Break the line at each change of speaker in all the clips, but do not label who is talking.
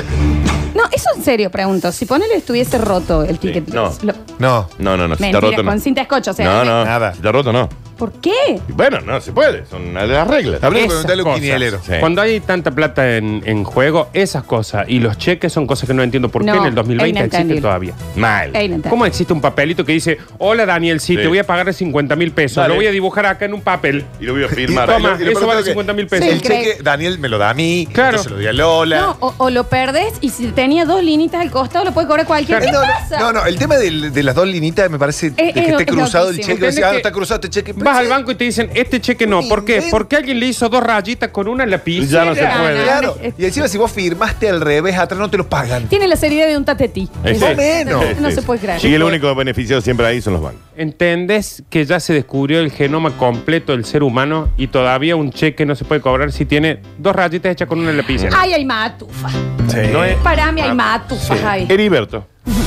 No, eso en serio, pregunto. Si ponele estuviese roto el ticket.
no.
lo-
No.
No, no, no. Si está
mentira,
roto, no.
con cinta escocho. O sea,
No,
eh,
no.
Nada.
Si está roto, no.
¿Por qué?
Y Bueno, no se puede. Son las las reglas.
Habría que
Esas
preguntarle a un
cosas.
quinielero.
Sí.
Cuando hay tanta plata en, en juego, esas cosas y los cheques son cosas que no entiendo por
No,
qué en el 2020
inentendible.
existen todavía.
Mal.
Ahí no está.
¿Cómo existe un papelito que dice, hola Daniel, sí,
Sí.
te voy a pagar 50 mil pesos,
Dale.
lo voy a dibujar acá en un papel?
Y lo voy a firmar.
Y toma.
Y le
eso vale
preguntaron que
50.000 pesos.
El
Sí,
cheque,
creo.
Daniel me lo da a mí.
Claro.
Yo se lo di a Lola.
No, o, o lo perdés y si tenía dos linitas al costado lo puede cobrar cualquiera.
Eh,
¿Qué
no, no,
pasa?
no, no, el tema del- de las dos linitas me parece de que
Eh, es-
esté
es loquísimo.
cruzado el cheque.
Entendés
Decís, ah,
que
está cruzado este cheque.
Vas al banco y te dicen, este cheque no.
Un
¿Por qué?
invento.
Porque alguien le hizo dos rayitas con una lápiz.
Ya no se
Ah, no,
puede.
Claro.
no, es-
Y encima, si vos firmaste al revés, atrás no te lo pagan.
Tiene la seriedad de un tatetí.
Eh, Sí.
Eso-
menos.
No se puede creer.
Y el único beneficiado siempre ahí son los bancos.
¿Entendés que ya se descubrió el genoma completo del ser humano y todavía un cheque no se puede cobrar si tiene dos rayitas hechas con una lapicera?
Ay, hay matufa.
No es- Ah,
Para mí hay matufas ahí.
Heriberto,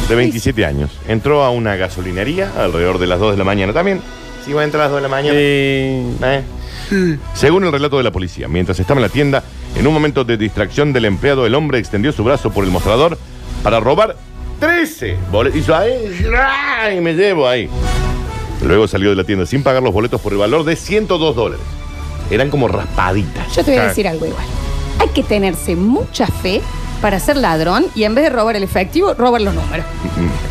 de 27 años, entró a una gasolinería alrededor de las 2 de la mañana también. Sí, va a entrar a las 2 de la mañana.
Eh,
Eh. Según el relato de la policía, mientras estaba en la tienda, en un momento de distracción del empleado, el hombre extendió su brazo por el mostrador para robar 13 boletos. Hizo ahí, ¡ra! y me llevo ahí. Luego salió de la tienda sin pagar los boletos por el valor de 102 dólares. Eran como raspaditas.
Yo te voy a decir algo igual. Hay que tenerse mucha fe para ser ladrón y en vez de robar el efectivo, robar los números.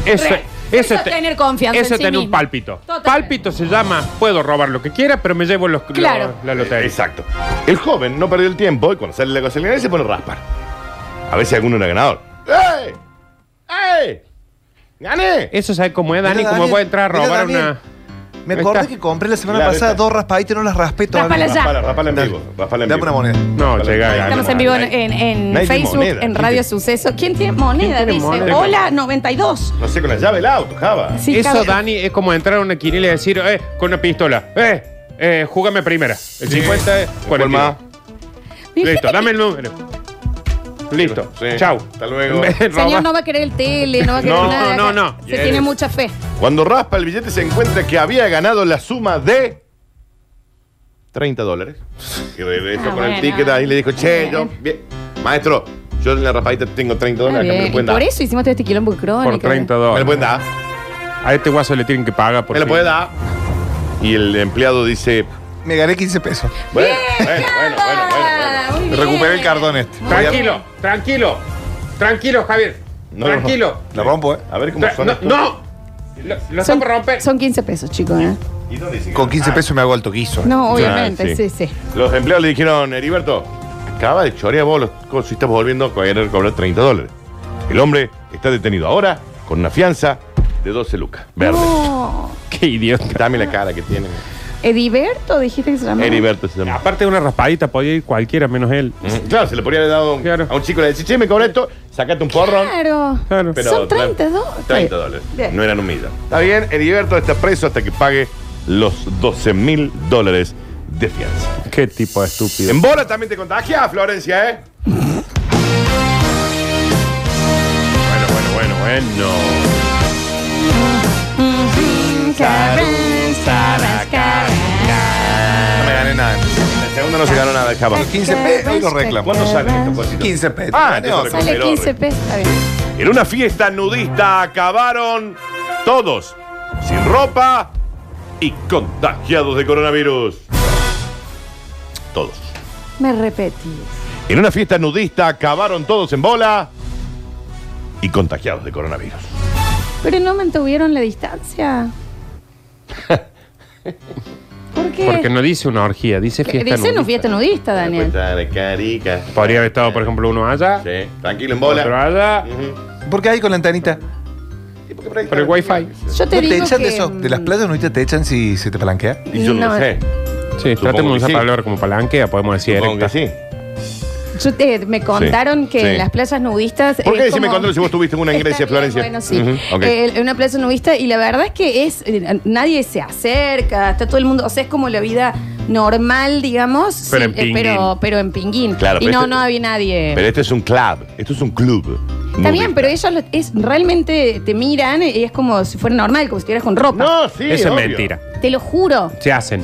Eso,
Re- eso es tener confianza
Eso
en
es
sí
tener un
mismo.
pálpito.
Totalmente.
Pálpito se llama, puedo robar lo que quiera, pero me llevo los,
Claro.
lo- la lotería.
Exacto. El joven no perdió el tiempo y cuando sale de la gasolinera se pone a raspar. A ver si alguno era ganador. ¡Ey! ¡Ey! ¡Gané!
Eso sabe cómo es, Dani,
Mira,
cómo
Daniel,
voy a entrar a
mira,
robar
Daniel.
una.
Me
Ahí
acordé
está.
que compré la semana
La
pasada
beta.
dos raspaditas y no las raspé
Rápala
todavía.
ya.
Raspala, raspala en vivo. Raspala en
Dame
vivo.
una moneda.
No,
Raspala
llega,
vivo.
Estamos en vivo en, en- en
Nadie tiene
Facebook,
moneda.
en
¿Quién
Radio
tiene-
Suceso. ¿Quién tiene moneda?
tiene
Dice,
moneda?
hola, 92.
No sé, con la llave del auto, Java.
Sí,
Eso,
cada-
Dani, es como entrar a una quiniela y decir, eh, con una pistola, eh, eh, júgame primera. El eh, 50 es
¿Cuál
42.
más?
Fíjate
Listo,
que-
dame el número. Listo,
Sí.
chau.
Hasta luego.
Roba.
Señor, no va a querer el tele, no va a querer
No,
nada.
no, no.
Se
Yes.
tiene mucha fe.
Cuando raspa el billete se encuentra que había ganado la suma de 30 dólares. Y regresó
Ah,
con
bueno.
el ticket ahí y le dijo, che,
Bien.
yo, bien, maestro, yo en la raspadita tengo 30
Está
dólares, acá me
bien.
lo
Y
pueden dar.
por eso hicimos todo este quilombo crónico.
Por 30
Me lo pueden
dólares.
dar,
A este guaso le tienen que pagar por
me lo
fin.
pueden dar. Y el empleado dice,
Me gané 15 pesos.
bueno, bueno, bueno, bueno, bueno, bueno.
Muy bien.
Recuperé el cardón este.
Tranquilo, tranquilo. Tranquilo, Javier.
No,
tranquilo.
La rompo, ¿eh?
A ver cómo
Tra-
son
no,
estos.
no. Lo, lo
Son,
estamos romper.
son 15 pesos, chicos. ¿eh?
¿Y dónde dice que-
Con 15
Ah,
pesos me hago alto guiso.
No,
Ah,
obviamente, sí, sí.
Los empleados le dijeron, Heriberto, acaba de chorear vos los cosas y estás volviendo a querer cobrar 30 dólares. El hombre está detenido ahora con una fianza de 12 lucas. Verde.
No.
Qué idiota.
Dame la cara que tiene.
Ediberto, dijiste que se llamaba.
Heriberto se llama.
Aparte de una raspadita, podía ir cualquiera menos él.
Mm, Claro, se le podría haber dado un-
Claro.
a un chico le decía, che, me cobré esto, sacate un porrón.
Claro.
Claro.
Pero
Son 30
bueno,
dólares.
30 dólares.
Bien.
No eran un millón. Está bien, Heriberto está preso hasta que pague los 12 mil dólares de fianza.
Qué tipo de estúpido.
En bola también te contagia, Florencia, ¿eh? bueno, bueno, bueno, bueno.
No me gané nada.
En el segundo no se ganó nada, Java.
15 pesos y lo reclamo.
¿Cuándo salen estos cositos?
15 pesos.
Ah, entonces
No,
Sale 15 pesos. Está bien.
En una fiesta nudista acabaron todos sin ropa y contagiados de coronavirus. Todos.
Me repetí.
En una fiesta nudista acabaron todos en bola y contagiados de coronavirus.
Pero no mantuvieron la distancia. ¿Por qué?
Porque no dice una orgía, dice
Que-
fiesta
Dicen un fiesta nudista, Daniel.
de Carica.
Podría haber estado, por ejemplo, uno allá,
Sí, tranquilo en
otro
bola.
allá,
Ujú.
¿Por qué hay con la antenita?
Sí, porque por ahí
Por el
está-
wifi.
Yo te
¿No te
digo
echan
que, mm,
de eso? ¿De las playas no te echan si se te palanquea?
Y yo no,
No.
lo sé.
Sí, tratemos de
que
usar
sí.
palabras como palanquea, podemos decir
Supongo que
erecta.
sí.
Yo te- me contaron que
sí.
en las playas nudistas.
¿Por qué
es
si me
como-
contaron si vos tuviste una en
Está
Grecia,
bien,
Florencia?
Bueno, sí.
Ujú, ok.
Eh, una plaza nudista y la verdad es que es eh, nadie se acerca, está todo el mundo, o sea, es como la vida normal, digamos,
Pero
sí, eh,
en pinguín.
pero, pero en pinguín.
Claro,
y
pero
no,
este-
no había nadie.
Pero este es un club. Esto es un club.
Está bien,
nudista.
pero ellos lo- es, realmente te miran y es como si fuera normal, como si estuvieras con ropa.
No, sí.
Eso es
obvio.
mentira.
Te lo juro.
Se hacen.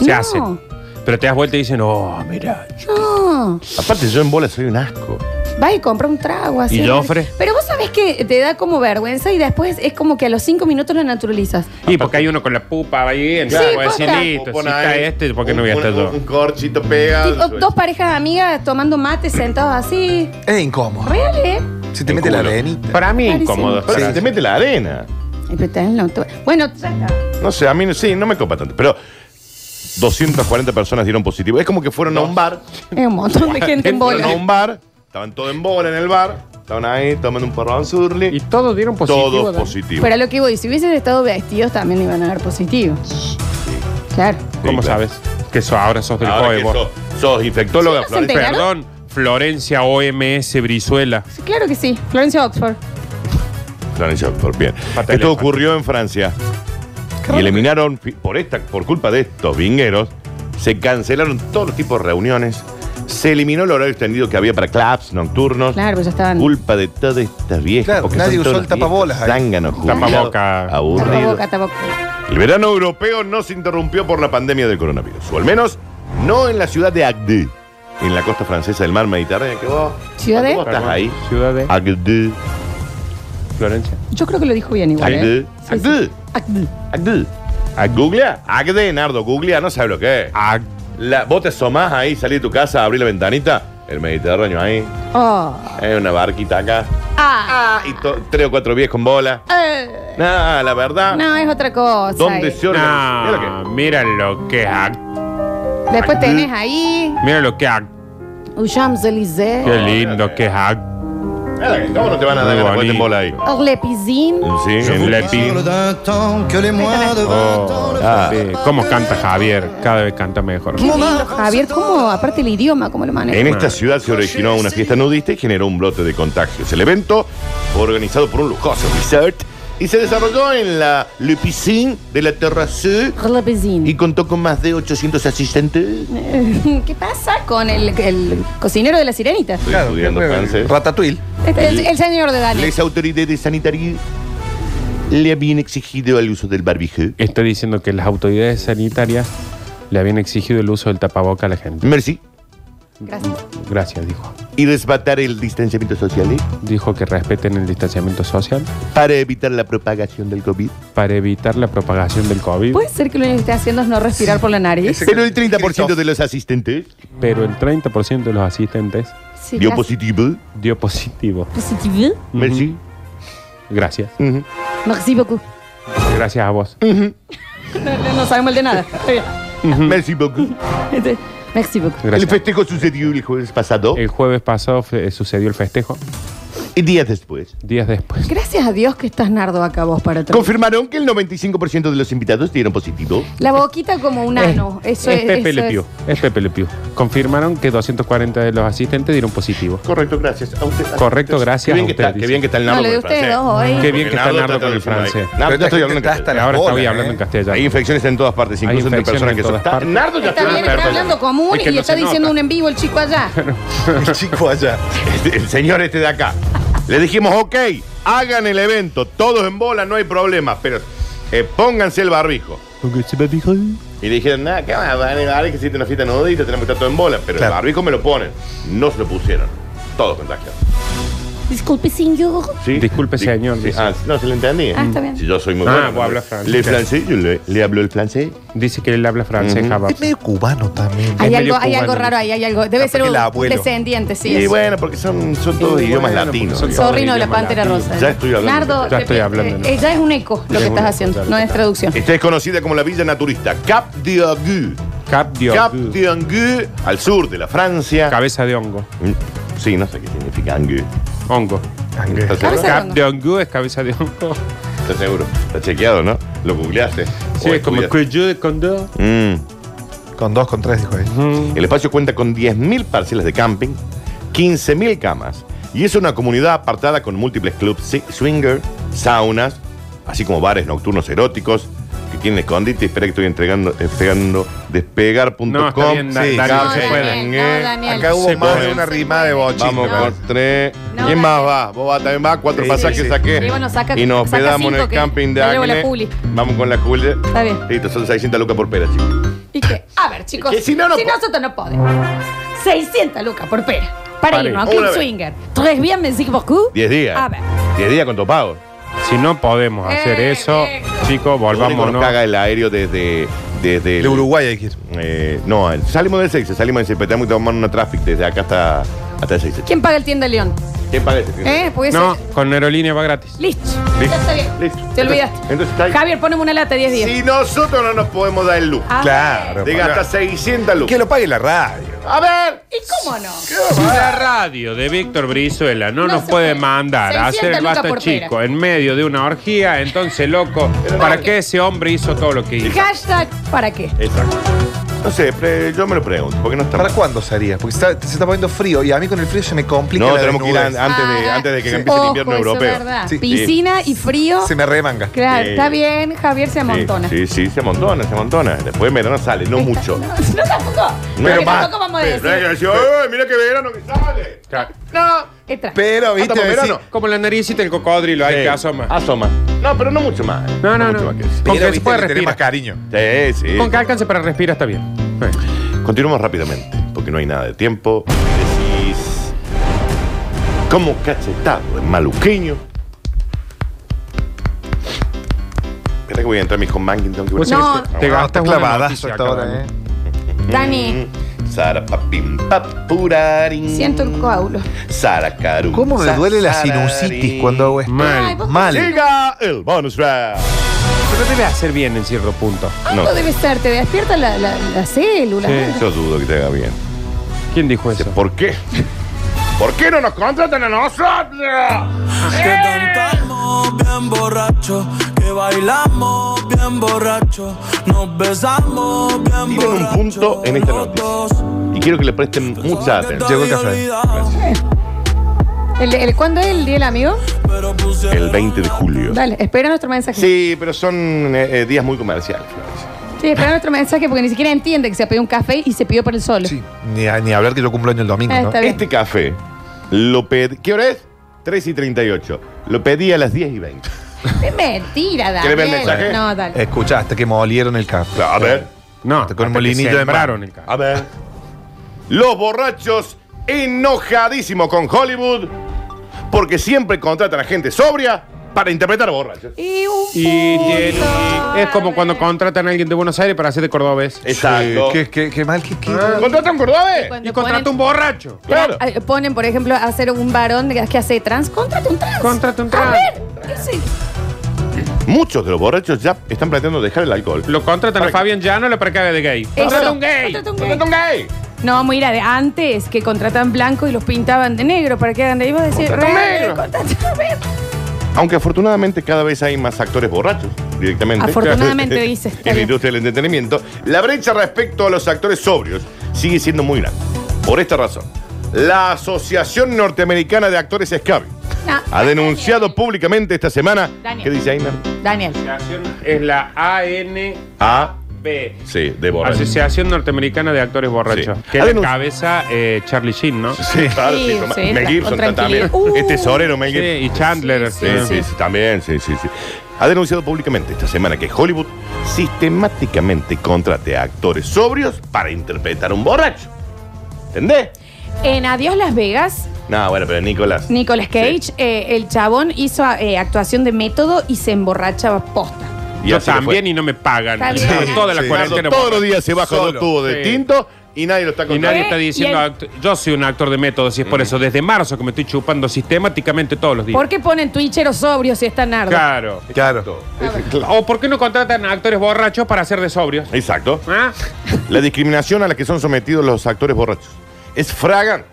Se
No.
hacen. Pero te das vuelta y dicen, oh, mira.
No.
Aparte, yo en bola soy un asco.
Vas y compra un trago así.
¿Y Joffre?
Pero vos sabés que te da como vergüenza y después es como que a los cinco minutos lo naturalizas.
Y porque hay uno con la pupa ahí, entonces
Sí,
puedes decir,
posta.
listo, pues, si
Pon
está
ahí
este, ¿por qué no
un-
voy a estar
un-
yo?
Un corchito pegado.
Tipo, dos parejas de amigas tomando mate sentados así.
Es incómodo.
Real, ¿eh?
Si te mete la
culo.
arenita.
Para mí es
Clarísimo.
incómodo.
Pero
Fran.
si te mete la arena.
Ay, pero tenés la auto- Bueno, ya está.
No sé, a mí no- sí, no me copa tanto. Pero 240 personas dieron positivo. Es como que fueron a un bar.
es un montón de gente en
Fueron a
bola.
un bar. Estaban todos en bola en el bar. Estaban ahí tomando un porrón surly.
Y todos dieron positivo.
todos
Dani.
positivos.
Pero a lo que voy, si hubiesen estado vestidos también iban a dar positivo. Claro.
¿Cómo
Sí, claro.
sabes? Que so- ahora sos del
Ahora
COE,
que
vos.
sos, sos infectóloga,
Sí, no se
Florencia.
enteraron.
Perdón, Florencia OMS Brizuela.
Sí, claro que sí. Florencia Oxford.
Florencia, por bien.
Pata
Esto
elefante.
ocurrió en Francia. Y eliminaron, fi- por esta, por culpa de estos vingueros, se cancelaron todos los tipos de reuniones. Se eliminó el horario extendido que había para clubs nocturnos.
Claro, pues ya estaban.
Culpa de todas estas viejas.
Claro,
porque
nadie
son
usó
todos
el tapabolas ahí.
Zánganos, jubilados,
Tapaboca.
Aburrido.
Tapaboca, tapaboca.
El verano europeo no se interrumpió por la pandemia del coronavirus. O al menos, no en la ciudad de Agde, en la costa francesa del mar Mediterráneo. Que vos,
¿Ciudad de?
vos estás ahí.
Ciudad de
Agde.
Florencia.
Yo creo que lo dijo bien igual.
Agde.
¿eh? Sí, sí.
Agde.
Acd.
Agde. ¿Googlea? Agde, Nardo, googlea, no sabe lo que es. La, vos te asomás ahí, salí de tu casa, abrí la ventanita, el Mediterráneo ahí,
Oh.
hay una barquita acá,
Ah.
y to- tres o cuatro pies con bola.
Eh.
Nada, la verdad,
No, es otra cosa.
¿dónde
eh.
se organiza? Mira lo
No,
que-
mira lo que es. Ag-
Después tenés ahí.
Mira lo que es. Ag-
aux Champs-Élysées.
Qué lindo que es. Ag-
mira lo que- ¿Cómo no te van a dar
Muy
ganas de ponerte en
bonito.
bola ahí?
Or les piscines.
Sí,
En
en la-
Lepi.
d'un temps que les mois de
Oh,
Ah.
sí. ¿Cómo canta Javier? Cada vez canta mejor.
Qué lindo, Javier, ¿cómo? Aparte el idioma, ¿cómo lo maneja?
En esta ciudad se originó una fiesta nudista y generó un brote de contagios. El evento fue organizado por un lujoso resort y se desarrolló en la Le Piscine de la Terrasse
Or les piscines.
y contó con más de 800 asistentes.
¿Qué pasa con el, el cocinero de la sirenita?
Estoy ¿eh?
Claro,
estudiando
creo que-
francés.
Ratatouille.
Este, el, el señor de Dani.
Las autoridades sanitarias le habían exigido el uso del barbijo.
Está diciendo que las autoridades sanitarias le habían exigido el uso del tapaboca a la gente.
Merci.
Gracias.
Gracias, dijo.
Y resbatar el distanciamiento social ¿eh?
Dijo que respeten el distanciamiento social
para evitar la propagación del COVID.
para evitar la propagación del COVID,
¿Puede ser que lo único que esté haciendo es no respirar por la nariz?
Ese-
Pero el 30% de los asistentes
pero el 30% de los asistentes
Sí,
dio
gracias.
positivo.
dio positivo.
Positivo.
Merci.
Gracias.
Ujú.
Merci beaucoup.
Gracias a vos.
No, no sabemos el de nada. Está bien.
Merci beaucoup.
Este, Merci beaucoup.
El
Gracias.
festejo sucedió el jueves pasado
El jueves pasado fe- sucedió el festejo,
y días después.
días después.
Gracias a Dios que estás nardo acá vos para todo.
Confirmaron que el 95% de los invitados dieron positivo.
La boquita como un ano. Eso
es
es.
Pepe
eso
Le Pew,
es.
es Pepe Le Pew. Confirmaron que 240 de los asistentes dieron positivo.
Correcto, gracias. A usted.
Correcto,
Qué
gracias a
bien, que
ustedes,
está, qué
dice.
bien que está el
No,
nardo
lo de
con el
ustedes
francés.
dos hoy.
Qué bien que está
Nardo
Nardo
trata
con el
de decirlo ahí.
francés.
Nardo,
Pero
ya
esta
estoy
gente
hablando en
está hasta
castellano.
la-
Ahora
Bola,
estaba hablando
eh.
en castellano.
Hay infecciones en todas partes, incluso entre
infecciones
personas
en
que son
todas
tan-
partes.
Nardo ya
Está
está
bien, está
perdón.
hablando común
Es que
y
no
está
se nota.
diciendo un en vivo el chico allá.
El chico allá.
Este, El señor este de acá. Le dijimos, ok, hagan el evento, todos en bola, no hay problema, pero eh, pónganse el barbijo. Y le dijeron, nada, ¿qué más? Van a que hiciste una fiesta nudista, tenemos que estar todo en bola, pero
Claro.
el barbijo me lo ponen. No se lo pusieron. Todos contagiados.
Disculpe, señor.
¿Sí?
Disculpe,
Di-
señor,
sí,
dice.
ah, no, se le entendía.
Ah, está bien.
Si yo soy muy
Ah,
bueno.
vos hablas francés.
Le francés, yo le, le hablo el francés.
Dice que él habla francés,
Ujú.
Java.
Es medio cubano también.
Hay
medio
algo, hay
cubano,
algo raro ahí, hay algo. Debe
Capaz
ser
que
un
el abuelo.
descendiente, sí.
y
es-
bueno, porque son, son todos
bueno,
idiomas
porque
latinos.
son-
digamos.
Zorrino de la
Idioma
Pantera
latino.
Rosa.
Ya estoy hablando.
Nardo,
Ya
te-
estoy hablando,
eh,
¿no?
eh, ya es un eco lo que
un
estás
eco,
haciendo,
claro.
no es traducción.
Esta es conocida como la villa naturista Cap de Angu.
Cap de
Cap
hongo.
de Angu, al sur de la Francia.
Cabeza de hongo.
Mm, Sí, no sé qué significa Angu.
Hongo.
Cabeza
¿Estás seguro?
Cap
hongo.
de hongo es cabeza de hongo.
¿Estás seguro? Está chequeado, ¿no? Lo googleaste.
Sí,
O
es como
estudiaste.
cuyo de condo.
Mm.
Con dos, con tres, dijo ahí.
El espacio cuenta con 10.000 parcelas de camping, 15.000 camas y es una comunidad apartada con múltiples clubs si- swinger, saunas, así como bares nocturnos eróticos que tienen escondite. Espera que estoy entregando, despegando, despegar.com.
No, está bien, Da-
sí,
Daniel,
Cap-
se puede.
Daniel, no, Daniel.
Acá hubo
Se
más
puede.
de una rimada de
Vamos
bochín.
Vamos
No.
con tres.
No,
¿Quién más
Daniel.
va? Vos vas también va. Cuatro
Sí,
pasajes
sí.
saqué.
Sí, bueno, saca-
y nos
saca
hospedamos en
cinco
el
que
camping de
me llevo la
Agne.
Juli.
Vamos con la Juli.
Está bien.
Listo, son 600 lucas por pera, chicos.
¿Y qué? A ver, chicos.
Que si no, no po-
nosotros no podemos. 600 lucas por pera. Para
Vale.
irnos a
Una
Club
vez.
Swinger. Tres bien, me decís beaucoup.
10 días.
A ver.
10 días con tu pago.
Si no podemos hacer
Eh,
eso,
viejo.
chicos,
Lo único que nos
volvámonos.
caga el aéreo desde. desde
De
el-
Uruguay hay que ir.
Eh, no, el- salimos del sexo, salimos del sexo, pero tenemos que tomar una traffic desde acá hasta, hasta el sexo.
¿Quién paga el tienda León?
¿Quién paga ese?
¿Eh? Porque
No,
ese-
con aerolínea va gratis.
Listo.
Listo.
Ya está bien.
Listo.
Te olvidaste.
Entonces- entonces está ahí.
Javier, poneme una lata 10 días.
Si nosotros no nos podemos dar el lujo
Ah,
Claro.
de gastar 600 lucas.
Que lo pague la radio.
A ver.
¿Y cómo no?
Ah.
La radio de Víctor Brizuela no,
No
nos
se
puede
puede.
mandar a
600
hacer el
lucas
basta
por pera.
chico en medio de una orgía. Entonces, loco, ¿para qué ese hombre hizo todo lo que hizo?
Hashtag, ¿para qué?
Exacto. No sé, pre- yo me lo pregunto, porque no está
¿Para cuándo sería? Porque está- se está poniendo frío y a mí con el frío se me complica.
No,
la
tenemos que ir
desnudez.
an- antes de,
Ah,
antes de que
sí.
empiece el invierno
Ojo, eso es
europeo.
verdad.
Sí.
Piscina y frío.
Se me remanga.
Claro,
Sí.
está bien. Javier se amontona.
Sí, sí, sí, se amontona, se amontona. Después en verano sale, no mucho.
No, no, tampoco.
No,
Porque
pero más.
tampoco vamos a
Pero no hay que
decir.
decir, ¡ay, mira qué verano que sale! No.
¿Qué tra-
Pero,
Ah,
viste,
estamos en
decís,
verano.
Como la naricita del cocodrilo, hay
Sí, Ah,
que asoma.
Asoma. No, pero no mucho más.
No, no,
mucho
no.
más que eso.
pero,
Con que se
viste,
puede
le tenés
respirar.
más cariño.
Sí, sí.
Con que alcance para respirar está bien. Eh.
Continuamos rápidamente, porque no hay nada de tiempo. Decís. Como cachetado en maluqueño. Espera que voy a entrar mis con Mankin, tengo que
Vos
ver.
No.
sabés que te
Ah,
gastas
está
una
clavada
noticia
hasta
acá,
ahora,
Dani.
¿eh?
Dani,
Mm, Sara papim papurarin.
siento el coágulo.
Sara caru.
¿Cómo me
sa-
duele la
sararin.
sinusitis cuando hago esto?
Ay,
Mal.
vos-
Mal.
Llega el bonus round.
Pero debe hacer bien en cierto punto.
Algo
No.
debe ser, te despierta la, la, la célula.
Sí.
Yo dudo que te haga bien.
¿Quién dijo eso?
¿Por qué? ¿Por qué no nos contratan a nosotros?
Que
Eh.
cantamos bien borracho, que bailamos bien borracho, nos besamos bien
Tienen un
borracho.
punto en esta
los dos.
noticia. Y quiero que le presten mucha atención.
Llegó el café.
Gracias.
¿El, el, ¿Cuándo es el día del amigo?
Pero puse
El 20 de julio.
Dale, espera nuestro mensaje.
Sí, pero son eh, eh, días muy comerciales. Florencia.
Sí, espera nuestro mensaje porque ni siquiera entiende que se pidió un café y se pidió por el sol.
Sí, ni, a- ni hablar que yo cumplo año el domingo,
Ah,
¿no?
está bien.
Este café lo pedí. ¿Qué hora es? 3 y 38. Lo pedí a las 10 y 20.
Es mentira, Dani.
¿Quieres ver el mensaje? Eh,
No, dale.
Escucha, hasta que molieron el café.
A ver,
No,
Con un
hasta que
molinillo de
sembraron el
a
carro.
ver. Los borrachos enojadísimos con Hollywood porque siempre contratan a gente sobria para interpretar a borrachos.
Y un
Y tiene-
punto.
es como cuando contratan a alguien de Buenos Aires para hacer de cordobés.
Exacto.
Qué, qué- qué mal, qué, qué-
¿Contratan un cordobés?
Eh. Cuando
Y contrata
ponen-
un borracho.
Claro.
Ah, Ponen, por ejemplo, a hacer un varón que hace trans. Contrata un trans.
Contrata un
A
trans.
ver, ¿qué sé?
Muchos de los borrachos ya están planteando dejar el alcohol.
Lo contratan a
Para-
Fabián Llano para que haga de gay.
Eso.
Contrata un gay.
Contrata un gay.
¡Contratan un gay!
No, mira, de antes que contratan blancos y los pintaban de negro para que hagan de. Iba a decir,
Contrata un
re,
negro.
contrata- a ver.
Aunque afortunadamente cada vez hay más actores borrachos directamente.
Afortunadamente, dices, está
en la
bien.
industria del entretenimiento, la brecha respecto a los actores sobrios sigue siendo muy grande. Por esta razón, la Asociación Norteamericana de Actores SCABI
No,
ha denunciado públicamente esta semana.
Daniel.
¿Qué dice Aina?
Daniel.
Es la ANB.
A. Sí, de borrachos.
Asociación Norteamericana de Actores Borrachos.
Sí.
Que la
Adenun-
cabeza eh, Charlie Sheen, ¿no?
Sí, claro, sí,
Sí,
toma-
sí,
Mel
tra-
Gibson
con
también. Este
tranquilidad. Uh.
es tesorero, Mel
Sí,
Gibson.
y Chandler.
Sí,
Sí, sí, sí, también, sí, sí, sí. Ha denunciado públicamente esta semana que Hollywood sistemáticamente contrate a actores sobrios para interpretar a un borracho. ¿Entendés?
En Adiós Las Vegas
No, bueno, pero Nicolás.
Nicolas Cage,
Sí.
eh, el chabón hizo eh, actuación de método y se emborrachaba posta.
Y
Yo
así le fue.
también y no me pagan.
Está bien.
Por toda la
Sí.
cuarentena.
Nardo todos los días se baja
Solo.
dos tubos de
Sí.
tinto y nadie lo está
Y
contando.
nadie
¿Eh?
está
Y
diciendo,
el-
act- yo soy un actor de método, si es por eso, desde marzo que me estoy chupando sistemáticamente todos los días.
¿Por qué ponen twitcheros sobrios si está nardo?
Claro.
Claro.
¿O por qué no contratan a actores borrachos para hacer de sobrios?
Exacto.
¿Ah?
La discriminación a la que son sometidos los actores borrachos es fragante.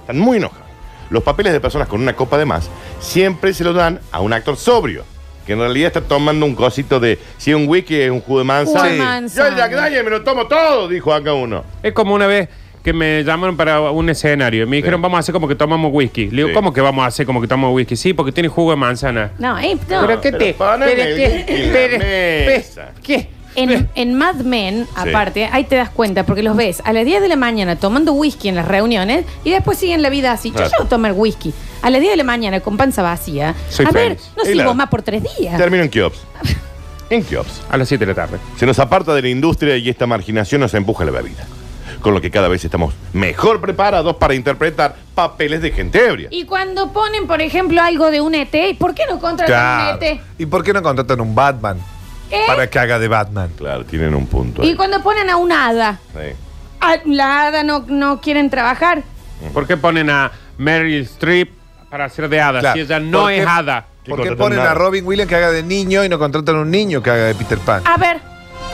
Están muy enojados. Los papeles de personas con una copa de más siempre se los dan a un actor sobrio, que en realidad está tomando un cosito de. Si es un wiki, es un jugo de manzana.
Jugo de manzana.
Yo el Jack Daniel me lo tomo todo, dijo acá uno.
Es como una vez que me llamaron para un escenario y me dijeron,
Sí.
vamos a hacer como que tomamos whisky. Le digo,
Sí.
¿cómo que vamos a hacer como que tomamos whisky? Sí, porque tiene jugo de manzana.
No, eh, no.
¿Pero qué
pero
te...?
poneme el
qué?
whisky en la
pero-
mesa.
pe- ¿Qué?
En, en Mad Men, aparte, ahí te das cuenta, porque los ves a las 10 de la mañana tomando whisky en las reuniones y después siguen la vida así. Yo
Claro.
ya voy a tomar whisky. A las 10 de la mañana con panza vacía.
Soy
a ver,
feliz.
no
Y
sigo
claro.
más por tres días.
Termino en Kiops. En Kiops.
A las 7 de la tarde.
Se nos aparta de la industria y esta marginación nos empuja a la bebida. Con lo que cada vez estamos mejor preparados para interpretar papeles de gente ebria.
Y cuando ponen, por ejemplo, algo de un ET, ¿por qué no contratan
Claro.
un E ET?
¿Y por qué no contratan un Batman?
¿Eh?
Para que haga de Batman.
Claro, tienen un punto.
Y
ahí.
cuando ponen a una hada,
Sí.
¿a la hada no, no quieren trabajar.
¿Por qué ponen a Meryl Streep para hacer de hada?
Claro.
Si ella no
¿Por qué-
es hada.
¿Por qué
contratan
ponen
nada.
a Robin Williams que haga de niño y no contratan a un niño que haga de Peter Pan?
A ver.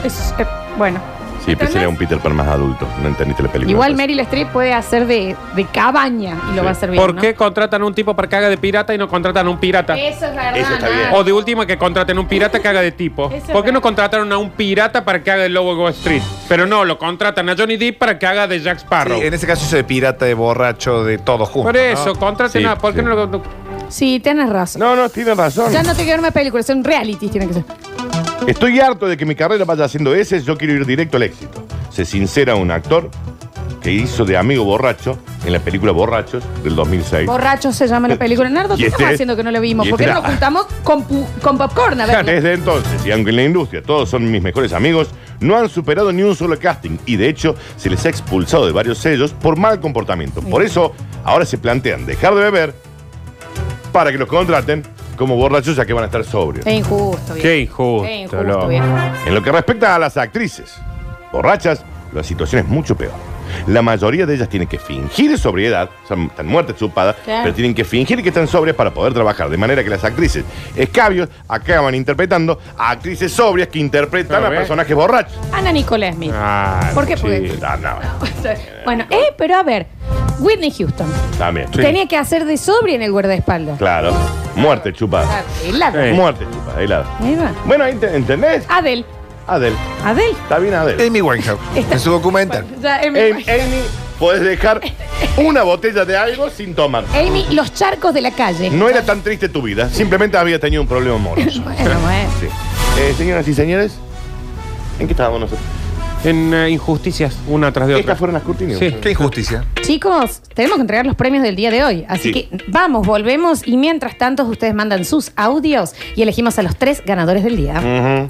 es- eh, bueno.
Sí, pero
¿Entendés?
sería un Peter Pan más adulto. No entendiste la película.
Igual
Entonces,
Meryl Streep puede hacer de, de cabaña y lo
pues. Sí.
va a hacer bien.
¿Por
¿no?
qué contratan a un tipo para que haga de pirata y no contratan a un pirata?
Eso es verdad.
Eso está bien.
Nardo.
O de última que contraten un pirata que haga de tipo.
Eso es
¿Por qué no
verdad.
contrataron a un pirata para que haga el lobo de Wall Street? Pero no, lo contratan a Johnny Depp para que haga de Jack
Sí,
Sparrow.
en ese caso hizo de pirata, de borracho, de todo junto.
Por eso,
¿no?
contraten
Sí,
a. ¿Por qué
sí.
no lo.?
Sí, tenés razón.
No, no, tienes razón.
Ya no te quiero ver más películas, son realities, tiene que ser.
Estoy harto de que mi carrera vaya haciendo ese, yo quiero ir directo al éxito. Se sincera un actor que hizo de amigo borracho en la película Borrachos del 2006.
Borrachos se llama la película. Nardo,
Y
¿qué
este-
estás haciendo que no lo vimos?
y
¿Por qué
este-
no nos juntamos con, pu- con popcorn a verla?
Desde entonces, y aunque en la industria todos son mis mejores amigos, no han superado ni un solo casting y de hecho se les ha expulsado de varios sellos por mal comportamiento. Por eso, ahora se plantean dejar de beber para que los contraten como borrachos ya que van a estar sobrios.
Es injusto, viejo.
Qué injusto,
Es injusto,
loco.
viejo.
En lo que respecta a las actrices borrachas, la situación es mucho peor. La mayoría de ellas tienen que fingir sobriedad, o sea, están muertas, chupadas,
Claro.
pero tienen que fingir que están sobrias para poder trabajar. De manera que las actrices escabios acaban interpretando a actrices sobrias que interpretan
Pero
a
ve.
personajes borrachos.
Ana Nicole Smith.
Ah,
¿Por qué? Porque-
Ah, no,
bueno, eh, pero a ver, Whitney Houston
también.
tenía que hacer de sobria en el guardaespaldas.
Claro. Muerte chupada.
Ah, helada.
Eh.
Muerte chupada, ahí la-
Ahí va.
Bueno, ahí te- ¿entendés?
Adel,
Adel.
Adel.
Está bien Adel.
Amy Winehouse. en su documental.
Ya, Amy, pues.
Amy, Amy, podés dejar una botella de algo sin tomar.
Amy, los charcos de la calle.
No era tan triste tu vida, simplemente había tenido un problema amoroso.
Bueno, bueno.
Sí. Eh, señoras y señores, ¿en qué estábamos nosotros?
En eh, injusticias, una tras de otra.
Estas fueron las cortinas.
Sí.
Qué injusticia.
Chicos, tenemos que entregar los premios del día de hoy. Así
Sí.
que vamos, volvemos y mientras tanto ustedes mandan sus audios y elegimos a los tres ganadores del día.
Ujú.